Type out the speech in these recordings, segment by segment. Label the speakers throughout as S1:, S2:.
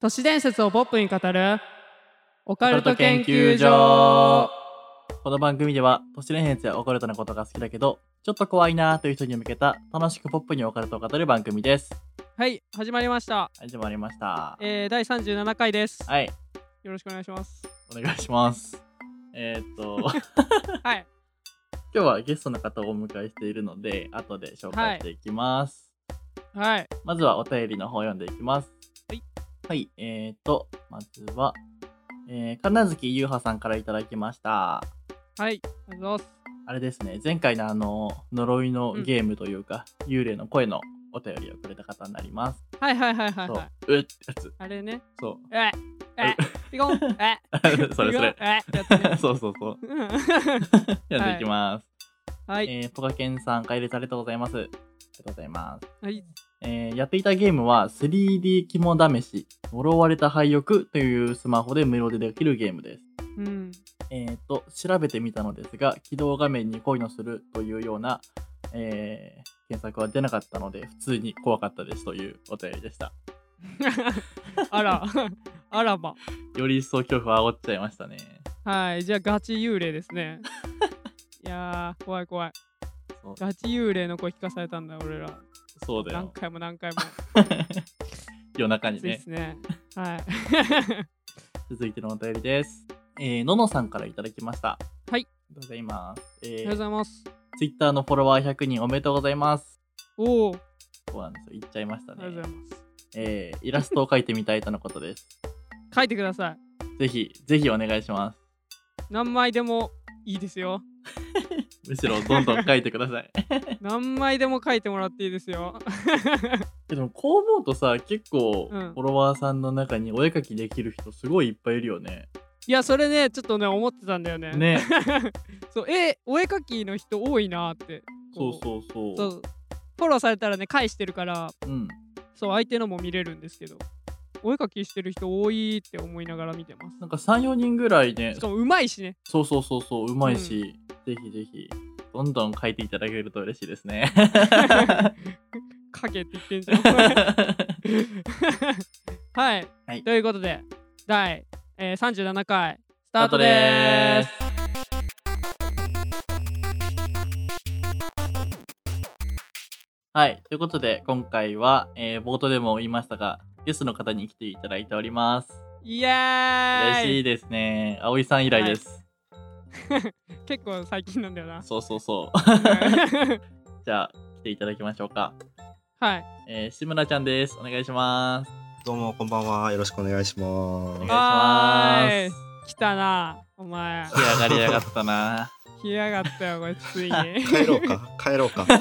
S1: 都市伝説をポップに語るオカ
S2: カ
S1: ル
S2: ル
S1: ト
S2: ト
S1: 研
S2: 研
S1: 究
S2: 究
S1: 所
S2: 所この番組では都市伝説やオカルトなことが好きだけどちょっと怖いなーという人に向けた楽しくポップにオカルトを語る番組です
S1: はい始まりました、
S2: 始まりました
S1: えー、第37回です、
S2: はい
S1: よろしくお願いします
S2: お願い しますえー、っと
S1: はい
S2: 今日はゲストの方をお迎えしているので後で紹介していきます、
S1: はい
S2: まずはお便りの方を読んでいきます
S1: はい
S2: はいえー、っとまずはえー、金月優葉さんからいただきました
S1: はいありがとうござい
S2: あれですね、前回のあの、呪いのゲームというか、幽霊の声のお便りをくれた方になります。
S1: ますはいはいはいはい
S2: そ、
S1: はいう
S2: うっってやつ。
S1: あれね
S2: そ
S1: ええピコンえ
S2: う。 それそれ
S1: ピ。コンえってやつね
S2: そうそうそう。
S1: うん
S2: やっていきます。
S1: はい、
S2: えー、ポカケンさん、帰りさんありがとうございます。ありがとうございます。
S1: はい
S2: えー、やっていたゲームは 3D 肝試し、呪われた廃屋というスマホで無料でできるゲームです。
S1: うん
S2: えー、と調べてみたのですが起動画面に恋のするというような、えー検索は出なかったので普通に怖かったですというお便りでした
S1: あら あらば
S2: より一層恐怖を煽っちゃいましたね
S1: はいじゃあガチ幽霊です ねいやー怖い怖い
S2: そう
S1: ガチ幽霊の声聞かされたんだ俺ら
S2: そうだ
S1: 何
S2: よ
S1: 回も何回も
S2: 夜中に
S1: 暑いで
S2: ね
S1: すね。はい。
S2: 続いてのお便りですえーののさんからいただきまし
S1: は
S2: た
S1: い
S2: ありがとうございますえ
S1: ありがとうご
S2: ー、
S1: ざいます。
S2: Twitter のフォロワー100人おめでとうございます
S1: おお、あ
S2: そうなんですよ言っちゃいました
S1: りがとうご
S2: ね
S1: ざいます。
S2: えーイラストを描いてみたいとのことです
S1: 書いてください。
S2: ぜひ ぜひお願いします
S1: 何枚でもいいです よ。
S2: むしろどんどん書いてください
S1: 何枚でも書いてもらっていいですよ。
S2: でもこう思うとさ結構フ
S1: うん
S2: ォロワーさんの中にお絵描きできる人すごいいっぱいいるよね。
S1: いや、それね、ちょっとね、思ってたんだよね。
S2: ね
S1: そう、え、お絵描きの人多いなって。
S2: そう
S1: う。
S2: そうそう。
S1: そう。フォローされたらね、返してるから、
S2: うん、
S1: そう、相手のも見れるんですけど。お絵描きしてる人多いって思いながら見てます。
S2: なんか34人ぐらいね
S1: しかも、うまいし ね。
S2: そうそうそうそううまいし、ぜひぜひどんどん描いていただけると嬉しいです ね。
S1: 書けって言ってんじゃん。 はい、
S2: はい
S1: ということで第、えー、37回ス
S2: スタ
S1: ター
S2: ート
S1: ト
S2: で
S1: でー
S2: ーす
S1: す。
S2: はい。ということで、今回は、えー冒頭でも言いましたが、ゲストの方に来ていただいております。
S1: イエー
S2: 嬉
S1: イ
S2: しいですね。葵さん以来です。
S1: 結構最近なんだ よな
S2: そうそうそう。
S1: は
S2: じゃあ、来ていただきましょうか。
S1: い
S2: えー、志村ちゃんです。お願いします。
S3: どうもこんばんは。よろしくお願いし
S2: お願
S3: ま
S2: いし
S3: す。
S2: ま
S1: はーい
S2: す。
S1: 来たなお前
S2: 仕上がりやがったな。
S1: 来やがったよこれついに
S3: 帰ろうか。 帰ろうか。
S1: はい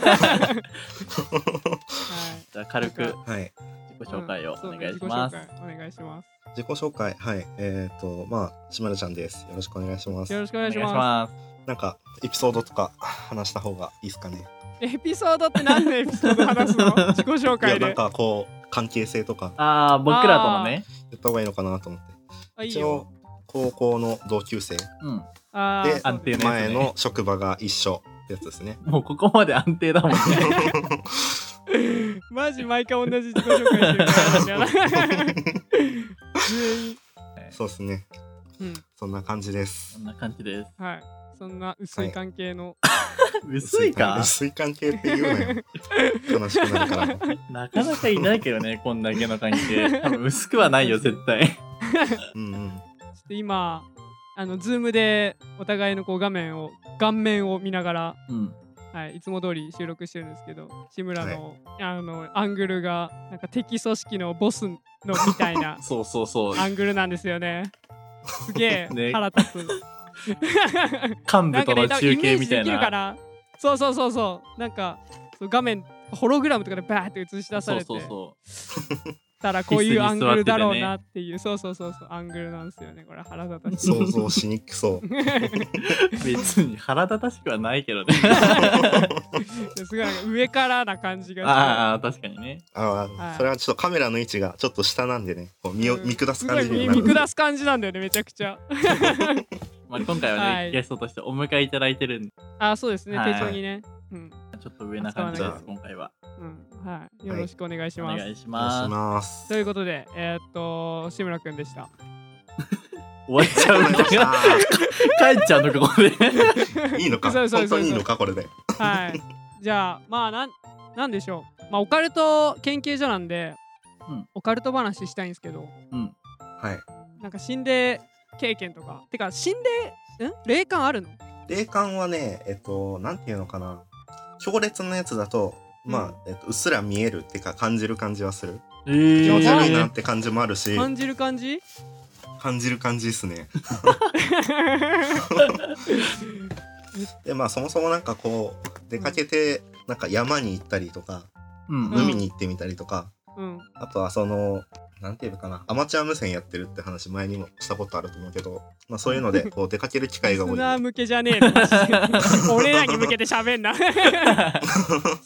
S2: じゃあ、軽く自
S3: はい。
S2: 己紹介をお
S1: そうね
S2: 願いします。
S1: 自己紹介お願いしま
S3: 自己紹介。はい。えっ、とまあしまるちゃんです。よろしくお願いします
S1: よ
S3: す。
S1: ろしくお願いします
S2: す。
S3: なんかエピソードとか話した方がいいですかね。
S1: エピソードって何のエピソード話すの自己紹
S3: いや
S1: 介
S3: なん
S1: で
S3: かこう関係性とか
S2: ああ、僕らとのね。
S3: 言った方がいいのかなと思って。
S1: あいい
S3: 一
S1: よ
S3: 応高校の同級生、
S2: うん。
S1: あ
S3: で
S1: ーそう
S2: 安定ね
S3: 前の職場が一緒ってやつですね。
S2: もうここまで安定だもんね。
S1: マジ毎回同じ自己紹介してる からなんだよな全員
S3: そうですね。
S1: うん
S3: そんな感じで
S2: こ
S3: す
S2: ん。な感じです。
S1: はい。そんな薄い関係の、
S2: 薄いか
S3: 薄い関係って言うなよ。悲しくなるから。
S2: なかなかいないけどね、こんだけの 関係。多分薄くはないよ、絶対。
S3: うんうん。
S1: ちょっと今、あの、ズームでお互いのこう画面を、顔面を見ながら、
S2: うん。
S1: はい、いつも通り収録してるんですけど、志村の、あの、アングルが、なんか敵組織のボスのみたいな
S2: そうそう そう。
S1: アングルなんですよね。すげ
S2: ね
S1: え、腹立つ。
S2: 幹
S1: な
S2: 部
S1: んか
S2: と
S1: ね、
S2: の
S1: 多分イ
S2: 中
S1: メ
S2: 継
S1: ー
S2: み
S1: ジ
S2: た
S1: で
S2: い
S1: きるか
S2: な。
S1: な。そうそうそうそう。なんか、そう画面、ホログラムとかでバーって映し出さ
S2: そう
S1: れて。
S2: そうそ
S1: ったらこういうアングルだろうな
S2: 椅
S1: っていうそうそうそうそうアングルなんですよねこれ腹立たしい
S3: 想像しにくそう。
S2: う。別に腹立たしくはないけどね。
S1: すごいなんか上からな感じがして
S2: ああ、確かにね。
S3: ああ、
S1: はい
S3: それはちょっとカメラの位置がちょっと下なんでね、こう見を
S1: うん
S3: 見下す
S1: す
S3: 感
S1: ごい
S3: じに
S1: 見
S3: なる。
S1: 見下す感じなんだよねめちゃくちゃ
S2: まあ、今回はね、
S1: はい
S2: ゲストとしてお迎えいただいてるんで
S1: あそうですね
S2: はい
S1: 手帳にねうん
S2: ちょっと上な感じ
S3: じ
S2: で
S3: ゃあ
S2: す、今回は。
S1: うんはい、よろしくお願いし
S2: お
S1: ます。
S2: 願いし
S3: お願い
S2: ま
S3: します。
S1: ということで、えーっと、志村くんでした。
S2: す。終わっちゃうんだ
S3: 終わ
S2: が、
S3: りまし
S2: 帰っちゃうのか、ここで。
S3: たいい のか、
S1: 嘘嘘嘘
S3: 本
S1: 嘘
S3: 当にいいのか、これで。
S1: はい。じゃあ、まあ、なん、なんでしょう。まあ、オカルト研究所なんで、
S2: うん
S1: オカルト話したいんですけど、
S2: うん。
S3: はい。
S1: なんか心霊経験とか、てか、心霊、ん霊感あるの
S3: 霊感はね、えっと、なんていうのかな。強烈なやつだと、まあ、えっと、うっすら見えるっていうか、感じる感じはする。
S2: え
S3: 気持ち悪いな
S2: ー、
S3: って感じもあるし、
S1: 感じる感じ
S3: 感じる感じですね。で、まあ、そもそもなんかこう、出かけて、なんか山に行ったりと
S1: う
S2: うん
S3: か、
S1: ん
S3: 海に行ってみたりとか、
S1: うん。
S3: あとはその、なんていうのかな、アマチュア無線やってるって話前にもしたことあると思うけど、まあそういうの で、こう出かける機会
S1: リ
S3: が
S1: ス
S3: 多い。
S1: ナー向けじゃねえのマジで俺らに向けて喋ん な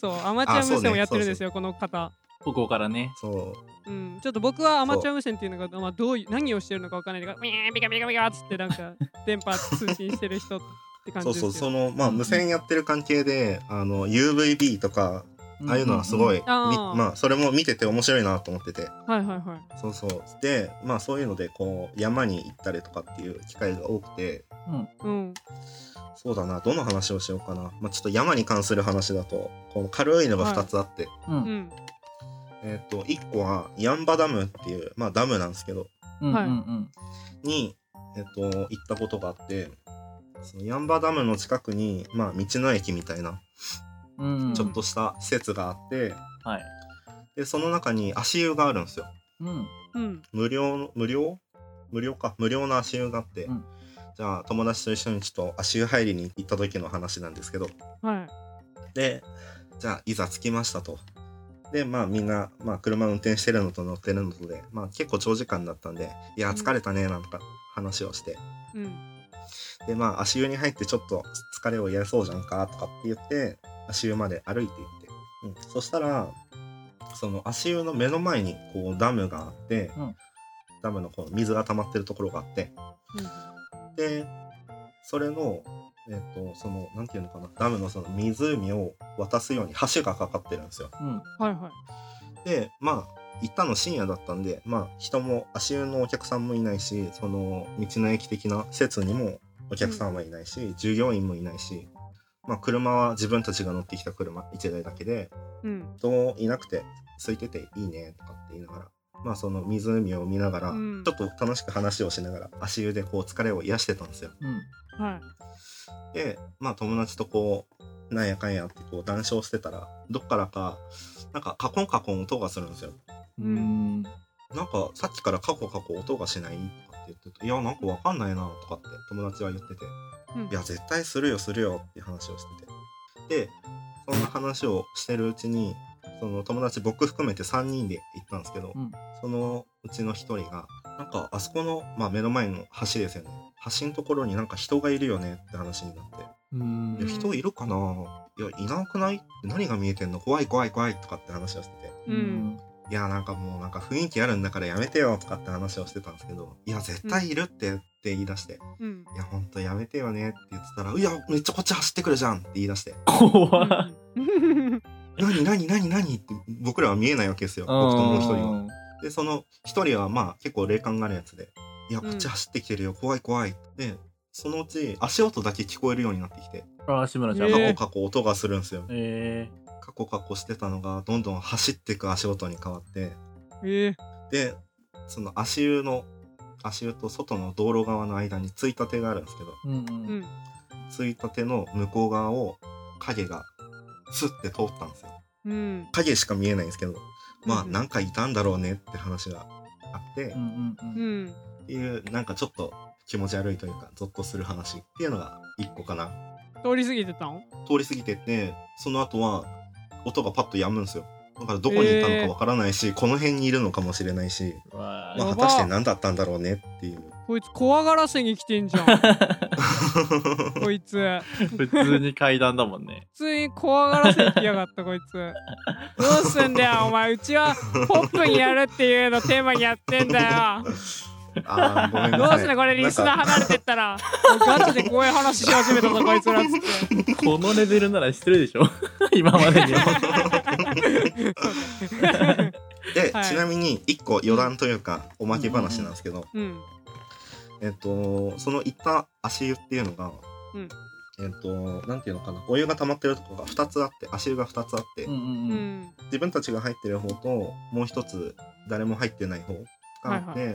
S1: そうアマチュア無線をやってるんですよ、この方
S2: ここからね。
S3: そう。
S1: うん、ちょっと僕はアマチュア無線っていうのが、まあ、どういう何をしてるのかわからないから、ビカビカビカビカっつってなんか電波通信してる人って感じ
S3: そう
S1: ですけ
S3: そ
S1: ど
S3: う、その、まあ無線やってる関係で、あの、UVB とか、ああいうのはすごい、み
S1: あー
S3: まあそれも見てて面白いなと思ってて、
S1: はいはいはい。
S3: そうそう。で、まあそういうので、こう山に行ったりとかっていう機会が多くて、
S2: うん。
S1: うん。
S3: そうだな、どの話をしようかな。まあちょっと山に関する話だと、こう軽いのが2つあって、
S2: う。
S1: うんん。
S3: えっ、と、1個はヤンバダムっていう、まあダムなんですけど、
S2: うん。
S1: はい
S2: うん。
S3: に、えっと、行ったことがあってそのヤンバダムの近くに、まあ、道の駅みたいな
S2: うん。うん
S3: ちょっと。した施設があって、
S2: はい。
S3: でその中に足湯があるんですよ
S2: うん。
S1: うん。
S3: 無料の無料無料か無料の足湯があって、
S2: うん
S3: じゃあ友達と一緒にちょっと足湯入りに行った時の話なんですけど
S1: はい。
S3: でじゃあいざ着きましたとでまあみんな、まあ、車運転してるのと乗ってるのとで、まあ、結構長時間だったんでいや疲れたねなんか話をして、
S1: うん。
S3: でまあ足湯に入ってちょっと疲れを癒やそうじゃんかとかって言って足湯まで歩いていって、うん、そしたらその足湯の目の前にこうダムがあって、
S2: うん
S3: ダムのこう水が溜まってるところがあってでそれのえっ、とそのなんていうのかなダムのその湖を渡すように橋がかかってるんですよ
S2: うん。
S1: はいはい。
S3: でまあ行ったの深夜だったんでまあ人も足湯のお客さんもいないしその道の駅的な施設にもお客さんはいないし、従業員もいないし、まあ、車は自分たちが乗ってきた車1台だけで
S1: うん。
S3: 人もいなくて空いてていいねとかって言いながらまあその湖を見ながら、
S1: うん
S3: ちょっと楽しく話をしながら足湯でこう疲れを癒してたんですよ。
S2: うん。
S1: はい。
S3: でまあ友達とこうなんやかんやってこう談笑してたらどっからかなんかカコンカコン音がするんですよ。
S2: う
S1: うんん。
S3: なんかさっきからカコカコ音がしないとかって言ってて、いや、なんかわかんないなとかって友達は言ってて、
S1: うん
S3: いや、絶対するよ、するよって話をしてて。で、そんな話をしてるうちに、その友達僕含めて3人で行ったんですけど、
S2: うん
S3: そのうちの1人が、なんかあそこの、まあ、目の前の橋ですよね。橋のところになんか人がいるよねって話になって、
S2: うん
S3: いや、人いるかないや、いなくない何が見えてんの怖い怖い怖いとかって話をしてて。
S1: うん。
S3: いやなんかもうなんか雰囲気あるんだからやめてよとかって話をしてたんですけどいや絶対いるってって言い出して、
S1: うん。
S3: いやほんとやめてよねって言ってたらいやめっちゃこっち走ってくるじゃんって言い 出して
S2: 怖い。
S1: うん
S3: 何何何何って僕らは見えないわけですよ僕ともう一人は。でその一人はまあ結構霊感があるやつでいやこっち走ってきてるよ、怖い怖いでそのうち足音だけ聞こえるようになってきて
S2: ああ、志村ちゃん。
S1: え
S3: カ
S1: ー
S3: コカコ音がするんですよ、
S2: ええ。
S3: カコカコしてたのがどんどん走ってく足音に変わって
S1: えー、
S3: でその足湯の足湯と外の道路側の間についたてがあるんですけど
S2: うんう。
S1: うんん。
S3: ついたての向こう側を影がスッて通ったんですよ
S1: うん。
S3: 影しか見えないんですけどまあ
S1: うん
S3: なんかいたんだろうねって話があって、
S2: うん
S3: っ
S2: う
S1: うんん。
S3: ていうなんかちょっと気持ち悪いというかゾッとする話っていうのが1個かな
S1: 通り過ぎてたの
S3: 通り過ぎてってその後は音がパッと止むんですよだからどこにいたのかわからないし、この辺にいるのかもしれないし、
S2: うん。わ
S3: まあ、
S1: やば
S3: 果たして何だったんだろうねっていう
S1: こいつ怖がらせに来てんじゃん。こいつ。
S2: 普通に階段だもんね。
S1: 普通に怖がらせに来やがったこいつ。どうすんだよお前うちはポップにやるっていうのテーマにやってんだよ。
S3: あーごめん
S1: どう
S3: な
S1: す
S3: さ
S1: る
S3: い。
S1: これリスナー離れてったらもうガチで怖い話し始めたぞこいつらっつって
S2: このレベルなら失礼でしょ 今までにも
S3: で、
S1: はい
S3: ちなみに一個余談というかおまけ話なんですけど、
S1: うん
S3: えっとその行った足湯っていうのが、
S1: うん
S3: えっとなんていうのかなお湯が溜まってるとこが2つあって足湯が2つあって、
S2: うんうん
S1: う
S2: うん
S1: ん
S3: 自分たちが入ってる方ともう一つ誰も入ってない方があって、
S1: は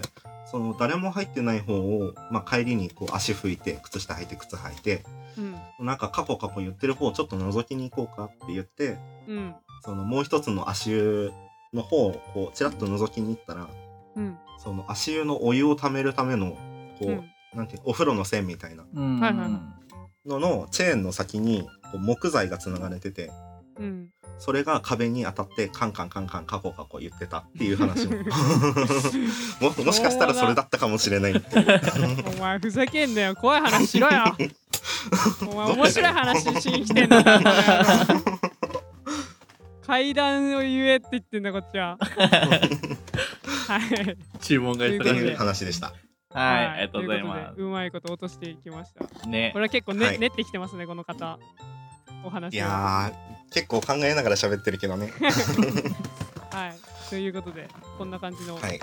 S3: その誰も入ってない方を、まあ、帰りにこう足拭いて靴下履いて靴履いて
S1: うん
S3: なんかカポカポ言ってる方をちょっと覗きに行こうかって言って
S1: うん
S3: そのもう一つの足湯の方をこうちらっと覗きに行ったら
S1: うん
S3: その足湯のお湯をためるためのこう、
S1: うん
S3: なんていうお風呂の線みたいな
S2: うん
S1: はいはいは
S3: ののチェーンの先にこう木材がつながれてて
S1: うん
S3: それが壁に当たってカンカンカンカンカコカコ言ってたっていう話 もももしかしたらそれだったかもしれないっていう
S1: お前ふざけんなよ怖い話しろ よお前面白い話しに来てんだよこの野郎階段を言えって言ってんだこっち ははい
S2: 注文がいっ
S3: っ
S2: ぱ
S3: て
S2: い
S1: と
S3: い
S1: こ
S3: う
S2: は
S3: 話でした。
S2: いありがとうございま
S1: とうことでうまいこと落としていきました
S2: すね
S1: これは結構ね、
S3: はい
S1: 練ってきてますねこの方お話を
S3: いやー結構考えながら喋ってるけ どね。
S1: はいということでこんな感じの、
S3: はい、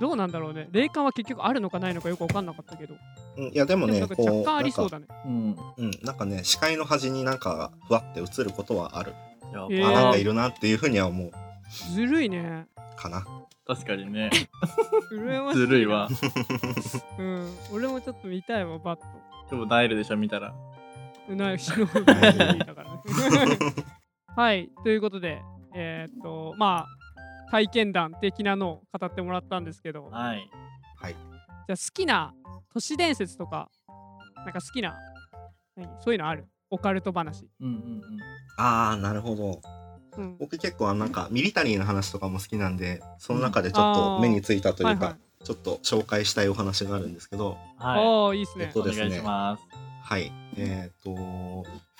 S1: どうなんだろうね霊感は結局あるのかないのかよく分かんなかったけど、
S3: うんいやでも
S1: でもな
S3: ね
S1: んか
S3: こ
S1: 若
S3: う
S1: 干ありそう
S3: なんか
S1: だね
S2: うん
S3: うんなんかね視界の端になんかふわって映ることはある。
S2: やば
S1: えー
S3: あなんかいるなっていうふうには思う
S1: ずるいね
S3: かな。
S2: 確かにね
S1: 羨ましいな
S2: ずるいわ
S1: うん俺もちょっと見たいわバッと
S2: でもダイルでしょ見たら
S1: ないしのぶだからね。はい、ということで、えーっと、まあ、体験談的なのを語ってもらったんですけど、じゃあ
S2: はい
S1: 好きな都市伝説とか、なんか好きな、何そういうのあるオカルト話。
S2: うんうん
S3: あーなるほど。
S1: うん、
S3: 僕結構なんかミリタリーの話とかも好きなんでその中でちょっと目についたというか、
S1: はいはい
S3: ちょっと紹介したいお話があるんですけど
S2: うんはい
S1: ああ、いいですね
S3: えっ。
S2: お
S3: とそうですね
S2: 願いします
S3: はいえっ、とフ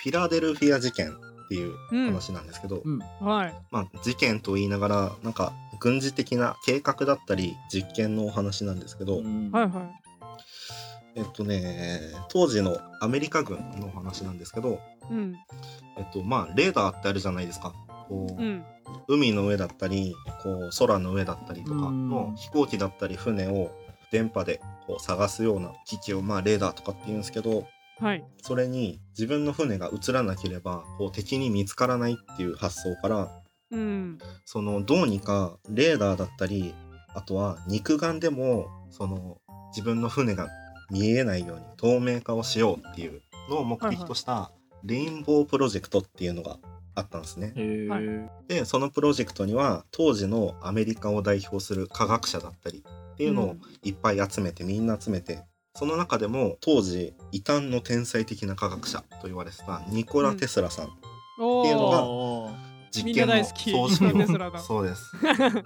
S3: ィラデルフィア事件っていう
S1: うん、
S3: 話なんですけど、
S2: うん
S1: はい。
S3: まあ、事件と言いながらなんか軍事的な計画だったり実験のお話なんですけど、
S2: うん
S1: はいは
S3: えっとね当時のアメリカ軍のお話なんですけど、
S1: い。うん、
S3: えっとまあ、レーダーってあるじゃないですか。こ
S1: う
S3: う
S1: ん、
S3: 海の上だったりこう空の上だったりとか
S2: うん
S3: の飛行機だったり船を電波でこう探すような機器をまあレーダーとかって言うんですけど
S1: はい。
S3: それに自分の船が映らなければこう敵に見つからないっていう発想から
S1: うん、
S3: そのどうにかレーダーだったりあとは肉眼でもその自分の船が見えないように透明化をしようっていうのを目的としたレインボープロジェクトっていうのがあったんですね。
S2: へえ
S1: はい
S3: でそのプロジェクトには当時のアメリカを代表する科学者だったりっていうのをいっぱい集めて、みんな集めてその中でも当時異端の天才的な科学者と言われてたニコラ・テスラさん、
S1: お
S3: っていうのが
S2: おー
S3: 実験の
S1: みんな大好き
S3: 総
S1: ニコラテスラだ
S3: そうです
S1: ー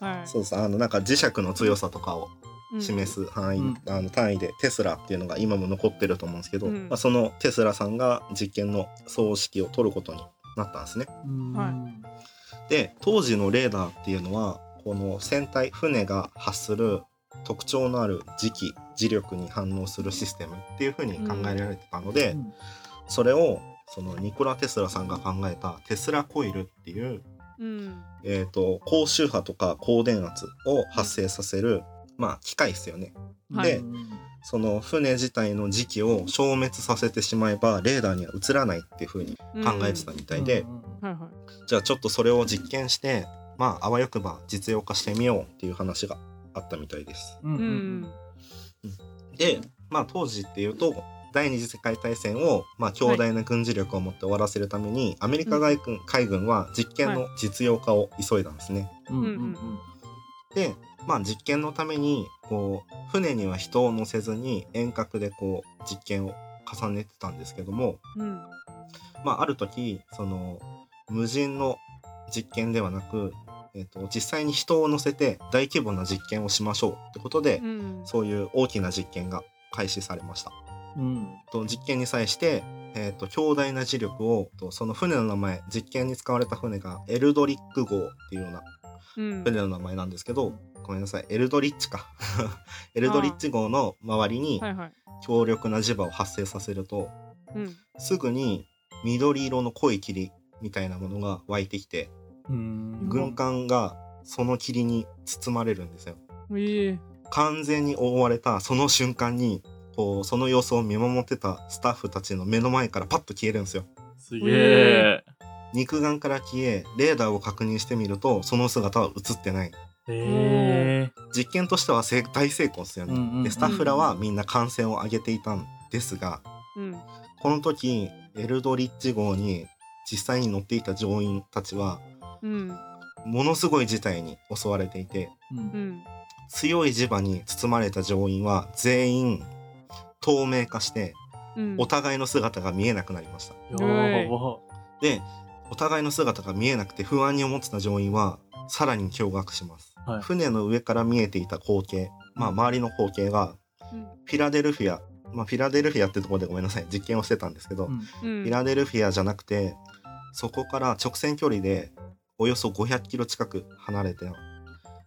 S1: はい。
S3: そうですあのなんか磁石の強さとかを
S1: うん
S3: 示。す範囲、
S2: うん
S3: あの単位でテスラっていうのが今も残ってると思うんですけど、
S1: うん
S3: まあ、そのテスラさんが実験の総指揮を取ることになったんですね。
S2: うん
S1: は
S3: で当時のレーダーっていうのはこの船体船が発する特徴のある磁気磁力に反応するシステムっていうふうに考えられてたので、
S2: うん
S3: それをそのニコラ・テスラさんが考えたテスラコイルっていう、
S1: うん、
S3: えー、と高周波とか高電圧を発生させる、まあ、機械ですよね。
S1: はい
S3: でその船自体の磁気を消滅させてしまえばレーダーには映らないっていうふうに考えてたみたいで、
S2: うん
S1: うん。はいはい。
S3: じゃあちょっとそれを実験してまああわよくば実用化してみようっていう話があったみたいです。
S2: うん
S1: う
S2: うんん、
S3: でまあ当時っていうと第二次世界大戦を、まあ、強大な軍事力を持って終わらせるために、アメリカ海軍海軍は実験の実用化を急いだんですね。
S2: うんうん
S1: うんうん
S3: で、まあ、実験のためにこう船には人を乗せずに遠隔でこう実験を重ねてたんですけども、
S1: うん、
S3: まあ、ある時その無人の実験ではなく、えっと実際に人を乗せて大規模な実験をしましょうってことで、
S1: うん、
S3: そういう大きな実験が開始されました。
S2: うん
S3: と実験に際して、えっと強大な磁力をとその船の名前実験に使われた船がエルドリック号っていうような
S1: うん
S3: 船の名前なんですけど、ごめんなさい、エルドリッチか。 エルドリッチ号の周りに
S1: はいはい
S3: 強力な磁場を発生させると、
S1: うん
S3: すぐに緑色の濃い霧みたいなものが湧いてきて、
S2: うーん
S3: 軍艦がその霧に包まれるんですよ。
S1: いい
S3: 完全に覆われたその瞬間に、こう、その様子を見守ってたスタッフたちの目の前からパッと消えるんですよ。
S2: すげえ。
S3: 肉眼から消え、レーダーを確認してみると、その姿は映ってない。
S2: え
S3: 実験としてはせ大成功ですよね。
S2: ー。
S3: でスタッフらはみんな感染を上げていたんですが
S1: うん
S3: この時エルドリッチ号に実際に乗っていた乗員たちは
S1: うん
S3: ものすごい事態に襲われていて
S2: うん
S1: うん
S3: 強い磁場に包まれた乗員は全員透明化して
S1: うん
S3: お互いの姿が見えなくなりました。
S2: やば。
S3: でお互いの姿が見えなくて不安に思ってた乗員はさらに驚愕します。
S2: はい
S3: 船の上から見えていた光景、まあ、周りの光景が
S1: うん
S3: フィラデルフィア、まあ、フィラデルフィアってところでごめんなさい実験をしてたんですけど、
S2: うん
S1: うん
S3: フィラデルフィアじゃなくてそこから直線距離でおよそ500キロ近く離れた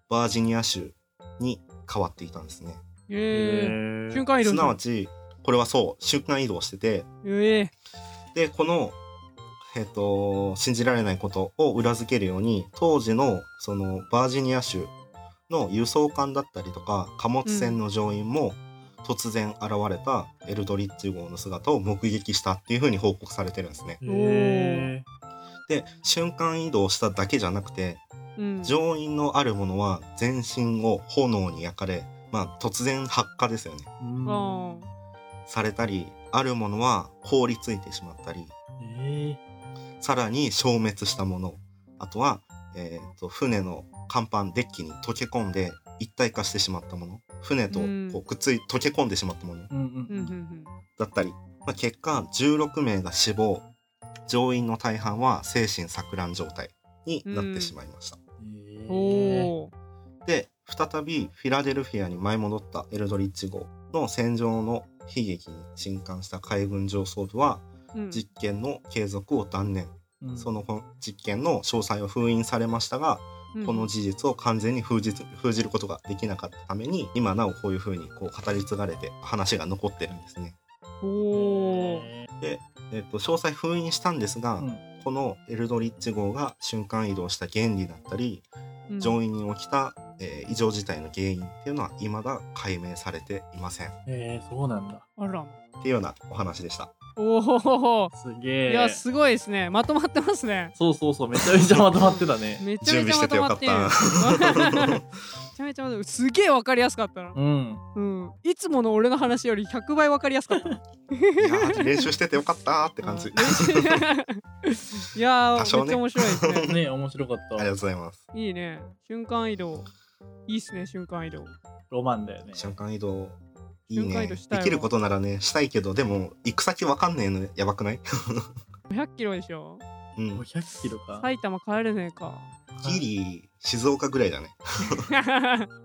S3: バージニア州に変わっていたんですね
S1: ええ瞬
S2: え。
S1: 間移動
S3: す
S1: する
S3: なわちこれはそう瞬間移動してて
S1: ええ
S3: でこのえっと信じられないことを裏付けるように当時のそのバージニア州の輸送艦だったりとか貨物船の乗員も突然現れたエルドリッチ号の姿を目撃したっていうふうに報告されてるんですね。
S2: え
S3: で瞬間移動しただけじゃなくて
S1: うん
S3: 乗員のあるものは全身を炎に焼かれまあ突然発火ですよね
S1: あ
S3: されたりあるものは凍りついてしまったり
S2: え。
S3: さらに消滅したものあとは、えー、と船の甲板デッキに溶け込んで一体化してしまったもの船と
S1: うん
S3: こうくっつい溶け込んでしまったもの
S2: うん
S1: ーうんうん
S3: だったり、まあ、結果16名が死亡乗員の大半は精神錯乱状態になってしまいました。
S1: うん
S2: え。
S1: おお
S3: で再びフィラデルフィアに舞い戻ったエルドリッチ号の戦場の悲劇に震撼した海軍上層部は
S1: うん
S3: 実験の継続を断念、その後実験の詳細は封印されましたが、
S1: うん
S3: この事実を完全に封じ封じることができなかったために今なおこういうふうにこう語り継がれて話が残ってるんですね。
S1: おお
S3: えっと、詳細封印したんですが、
S2: うん
S3: このエルドリッチ号が瞬間移動した原理だったり、乗員に起きた、えー異常事態の原因っていうのは未だ解明されていませんっ
S2: ええ、そうなんだ。
S1: あら
S3: ていうようなお話 でした
S1: おお
S2: す
S1: い
S2: げえ。
S1: やすごいですねまとまってますね
S2: そうそうそう、めちゃめちゃまとまって たね。
S1: めちゃめちゃまとまってる
S3: 準 備
S1: めちゃめちゃまとまってるすげえわかりやすかったな
S2: うん。
S1: うんいつもの俺の話より100倍わかりやすかった
S3: いやー練習しててよかったーって感じあり
S1: いや
S3: 多
S1: ー、めっ
S3: 少
S1: ち
S3: ね
S1: ゃ面白いですね。
S2: ね、面白かっ
S3: がとう
S2: た。
S3: ございます
S1: いいね。瞬間移動。いいっすね、瞬間移動。
S2: ロマンだよね。
S3: 瞬間移動いい
S1: 瞬間
S3: ね
S1: 移動したい
S3: で
S1: わ
S3: きることならねしたいけどでも行く先わかんねえのやば くない、
S1: 500キロでしょ
S3: うん、
S2: 500キロか。
S1: 埼玉帰れねえ か。
S3: ギリ静岡ぐら いだね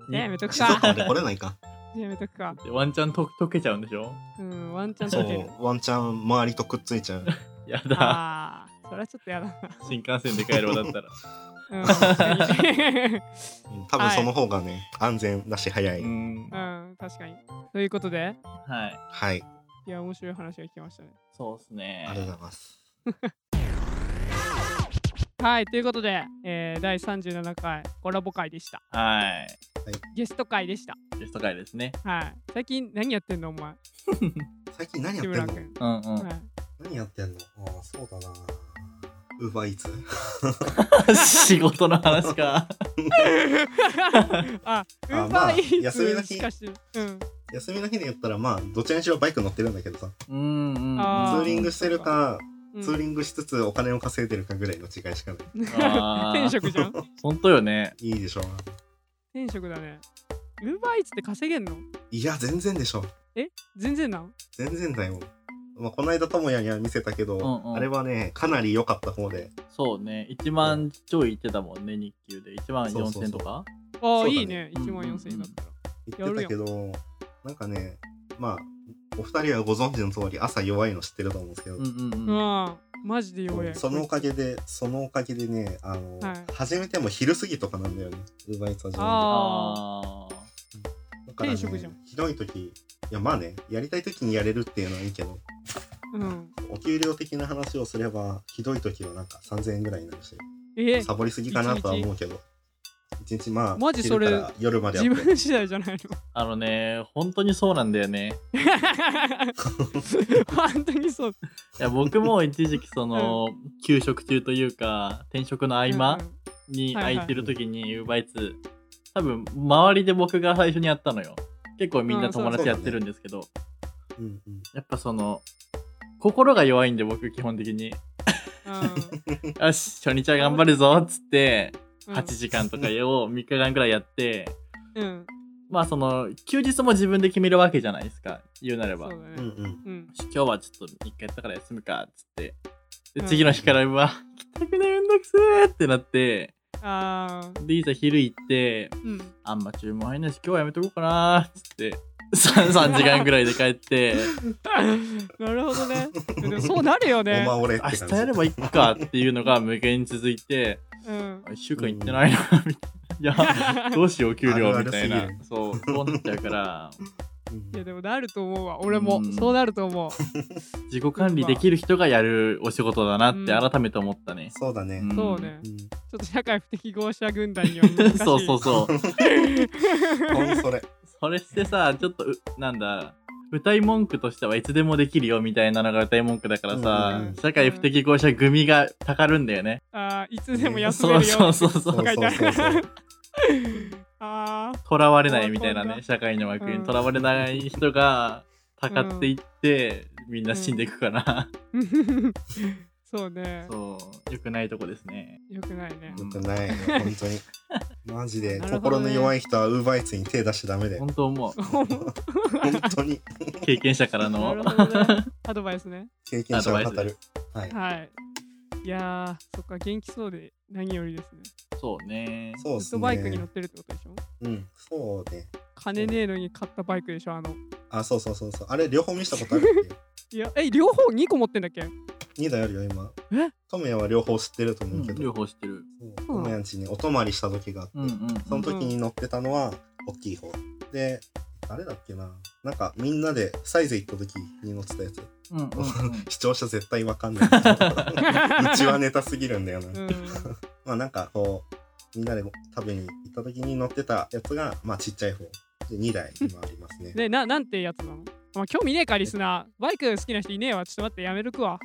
S1: ねえ、めとく
S3: 静岡ま
S1: か。
S3: で来れないか
S1: ねえ、めとくか。
S2: ワンチャンと溶けちゃうんでしょ
S1: うん、ワンチャン
S3: そ
S1: 取れる。
S3: うワンチャン周りとくっついちゃう
S2: やだ。
S1: ああ、それはちょっとやだ
S2: 新幹線で帰ろうだった ら。
S1: な。うん確かに、
S3: うん多分その方がね、安全だし早い、
S2: うん。
S1: うん、確かに。ということで、
S2: はい。
S3: はい
S1: いや、面白い話が聞きましたね。
S2: そうですね。
S3: ありがとうございます
S1: はい、ということで、えー、第37回コラボ会でした。
S2: は
S1: ゲスト会でした。
S2: い。ゲスト会ですね。
S1: はい。最近何やってんのお前、
S3: 最近何
S1: 木
S3: やってん
S1: 村
S3: の
S1: 君。
S2: うんうん。
S1: はい
S3: 何やってんのああそうだなウーバーイーツ
S2: 仕事の話か。
S1: あ、ウ
S3: あ
S1: ー
S3: ま
S1: バ
S3: あ
S1: ーイー
S3: 休みの
S1: ツ
S3: 日
S1: しかし、うん、
S3: 休みの日で言ったらまあどちらにしろバイク乗ってるんだけどさ
S2: うんうんうん。
S1: あ
S3: ツ
S1: ー
S3: ーリングしてるか
S1: うん
S3: ツーリングしつつお金を稼いでるかぐらいの違いしかない
S2: あー
S1: 転職じゃん。
S2: 本当よね。
S3: いいでしょう
S1: 転職だね。ウーバーイーツって稼げんの
S3: いや全然でしょ
S1: 全然なん
S3: 全然だよまあこの間ともやには見せたけど、
S2: うんうん
S3: あれはねかなり良かった方で
S2: そうね。1万ちょい行ってたもんね、日給で。1万4千とか
S1: あ
S3: う
S1: あ、
S3: だね
S1: いいね。1万4000円だったら。
S3: 言ってたけどなんかねまあお二人はご存知の通り朝弱いの知ってると思うんですけど、
S2: うんうんうん。
S1: うん。マジでようやく
S3: そのおかげで、そのおかげでね、あの、
S1: はい
S3: 始めても昼過ぎとかなんだよね、ウーバーイーツ始めて。
S1: あ
S3: だ
S2: ああ。
S3: から、ね、
S1: 転職じゃん
S3: ひどい時、いやまあね、やりたい時にやれるっていうのはいいけど、
S1: うん
S3: お給料的な話をすれば、ひどい時はなんか3000円ぐらいになるし、
S1: え
S3: サボりすぎかなとは思うけど、一日まあ、
S1: マジそれ
S3: 昼から夜までや
S1: 自
S3: って、
S1: 分次第じゃない
S2: あのね、本当にそうなんだよね。
S1: の本当にそう
S2: いや、僕も一時期その、休職中というか、転職の合間に
S1: はいはい
S2: 空いてる時に UberEats、多分、周りで僕が最初にやったのよ。結構みん
S1: う
S2: なん
S1: そう
S2: 友達やってるんですけど、
S3: うんうん、
S2: やっぱその、心が弱いんで僕基本的に、
S1: うんうん
S2: よし、初日は頑張るぞっつって、
S1: うん
S2: 8時間とかを3日間くらいやって、
S1: うん
S2: まあその、休日も自分で決めるわけじゃないですか、言うなれば。
S1: そうだ
S3: う
S1: ね
S3: んうん。
S1: うん
S2: 今日はちょっと一回やったから休むかっつってで
S1: うん
S2: 次の日からうわ来たくないめんどくせえってなって
S1: あー
S2: でいざ昼行って
S1: うん
S2: あんま注文入んないし今日はやめとこうかなっつって 3, 3時間ぐらいで帰っ て
S1: なるほどねでもそうなるよね
S3: おまおれって
S2: 明
S3: 感じ。
S2: 日やればいいかっていうのが無限に続いて
S1: うん
S2: 1週間行ってないなみたいないやどうしよう給料みたい
S3: あ
S2: な
S3: るあるすぎ
S2: そうそうなっちゃう から
S3: うん
S1: いやでもなると思うわ俺も
S2: うん
S1: そうなると思う
S2: 自己管理できる人がやるお仕事だなって改めて思ったね、
S3: そうだね。
S2: ん
S1: そうね
S3: うん
S1: ちょっと社会不適合者軍団には難しい
S2: そうそうそう
S3: ほんとそれ。
S2: それしてさ、ちょっとう、なんだ、歌い文句としてはいつでもできるよみたいなのが歌い文句だからさ、
S3: うん
S2: 社会不適合者組がたかるんだよね。
S1: あーいつでも休め
S2: そう
S1: るよ
S2: そうそうそ
S3: そう
S2: う。
S3: そうそうそう。
S1: あ
S2: 囚われないみたいな
S1: そうそう
S2: ね、社会の枠
S1: う
S2: に
S1: ん
S2: 囚われない人がたかっていって、みんな死んでいくから、
S1: ー そうね
S2: そう、良くないとこですね。
S1: よくないね
S3: よくないね、本当に。マジ で、
S1: なるほど
S3: 心
S1: ね
S3: の弱い人はウーバーイーツに手出しちゃダメで
S2: 本。当思う。
S3: 本当に
S2: 経験者から
S1: な
S2: の
S1: る。ほどねアドバイスね
S3: 経験者が語る。はい。
S1: はいいやーそっか元気そうで何よりですね
S2: そうね。
S3: そうで
S1: ずっ
S3: す
S1: と
S3: ね。
S1: バイクに乗ってるってことでしょ
S3: うん、そうね。
S1: 金ねえのに買ったバイクでしょあの
S3: あ、そうそうそうそう。あれ、両方見せたことあるっ
S1: いやえ両方2個持ってんだっけ
S3: け ?2 台あるよ、今
S1: え。
S3: トメヤは両方知ってると
S2: う
S3: 思
S2: ん
S3: うけ
S2: 両
S3: ど、
S2: 方知ってる。
S3: そうトメヤんちにお泊まりした時があって
S2: うん、うんうん。
S3: その時に乗ってたのは、大きい方。で、あれだっけな。なんか、みんなでサイズ行った時に乗ってたやつ。
S2: うんうんうん
S3: 視聴者絶対わかんない。うちはネタすぎるんだよな。
S1: うん
S3: まあなんかこうみんなで食べに行った時に乗ってたやつがまあちっちゃい方で2台今ありますね。
S1: でななんてやつなのまあ興味ねえかリスナーバイク好きな人いねえわちょっと待ってやめるくわ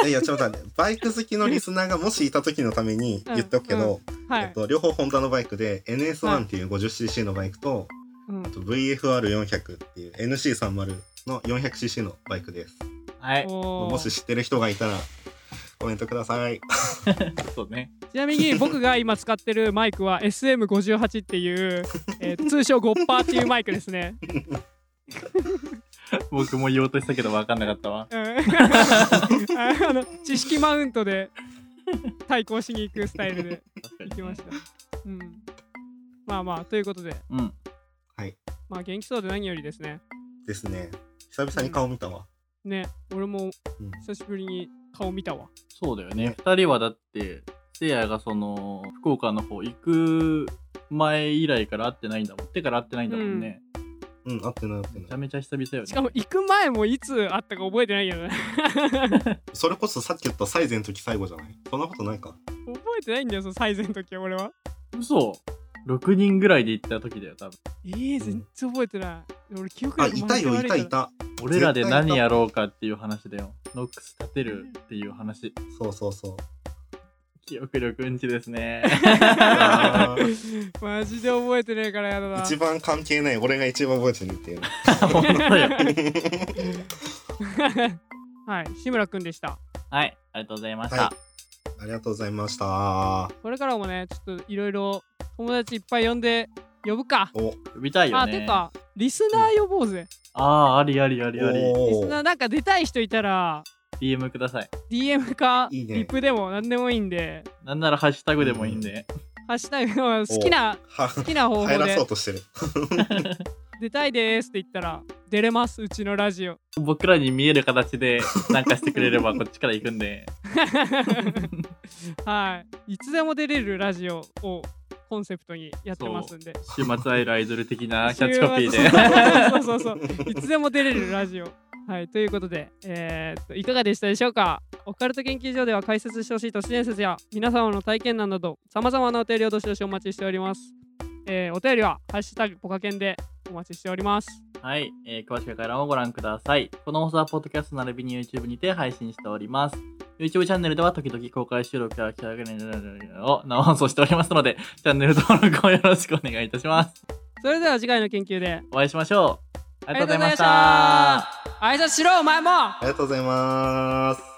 S3: いやいやちょっと待ってバイク好きのリスナーがもしいた時のために言っておくけど、
S1: は
S3: えっ
S1: い、
S3: と、両方ホンダのバイクで
S1: はい
S3: NS1 っていう 50cc のバイクと,、
S1: うん
S3: と VFR400 っていう NC30 の 400cc のバイクです。
S2: はい。
S1: おー
S3: もし知ってる人がいたらコメントください。
S2: そうね。
S1: ちなみ に僕が今使ってるマイクは SM58 っていう、えー通称ゴッパーっていうマイクですね。
S2: 僕も言おうとしたけど分かんなかったわ。
S1: うんあの知識マウントで対抗しに行くスタイルで
S2: 確かに
S1: 行きました。うん、まあまあということで、
S2: うん。
S1: まあ、元気そうで何よりですね。
S3: ですね。久々に顔見たわ。
S1: ね俺も
S3: うん
S1: 久しぶりに顔見たわ。
S2: そうだよね
S3: ね。
S2: 二人はだって、せいやがその、福岡の方行く前以来から会ってないんだもん。ってから会ってないんだもんね。
S3: うん、合ってない合って
S2: めちゃ
S3: ない。
S2: めちゃ久々よね。
S1: しかも行く前もいつあったか覚えてないけどね。
S3: それこそさっき言ったサイゼの時最後じゃないそんなことないか。
S1: 覚えてないんだよその最前の時は俺は。
S2: 嘘 ?6 人ぐらいで行った時だよ、多分。
S1: えー、全然覚えてない。俺記憶
S3: あ、
S1: 力
S3: いたよ、
S1: マジ
S3: い
S1: で
S3: た
S1: 悪
S3: い
S1: から。
S3: た。
S2: 俺らで何やろうかっていう話だよ。ノックス立てるっていう話。
S3: そうそう そう。
S2: 記憶力うんちですね。
S3: あー
S1: マジで覚えてねえからやだな。
S3: 一番関係ない、俺が一番覚えてるっていうね。
S2: 本 当よ。
S1: はい、志村くんでした。
S2: はい、ありがとうございました。
S3: はいありがとうございました。
S1: これからもね、ちょっといろいろ友達いっぱい呼んで呼ぶか。
S3: お、
S2: 呼びたいよ
S1: あ、
S2: ね。
S1: てか、リスナー呼ぼうぜ。
S2: あー、ありありありあり。
S1: リ
S3: お
S1: スナーなんか出たい人いたら、
S2: DM ください。
S1: DM か、
S3: いいね
S1: リップでも何でもいいんで、
S2: なんならハッシュタグでもいいんで。
S1: ハッシュタグの好きな、
S3: は
S1: 好きな方法
S3: 入らそ
S1: で
S3: うとしてる。
S1: 出たいですって言ったら、出れますうちのラジオ
S2: 僕らに見える形で参加してくれればこっちから行くんで。
S1: はいいつでも出れるラジオをコンセプトにやってますんで
S2: 週末会えるアイドル的なキャッチコピーで。
S1: そうそうそうそういつでも出れるラジオはいということで、えーっといかがでしたでしょうかオカルト研究所では解説してほしい都市伝説や皆様の体験談などさまざまなお便りをどしどしお待ちしております、えーお便りは「ハッシュタグポカケン」でお待ちしております
S2: はい、えー詳しくからもご覧ください。この放送はポッドキャスト並びに YouTube にて配信しております。YouTube チャンネルでは時々公開収録や企画を生放送しておりますので、チャンネル登録をよろしくお願いいたします。
S1: それでは次回の研究で
S2: お会いしましょう。ありがとうございました。
S1: 挨拶しろお前も
S3: ありがとうございます。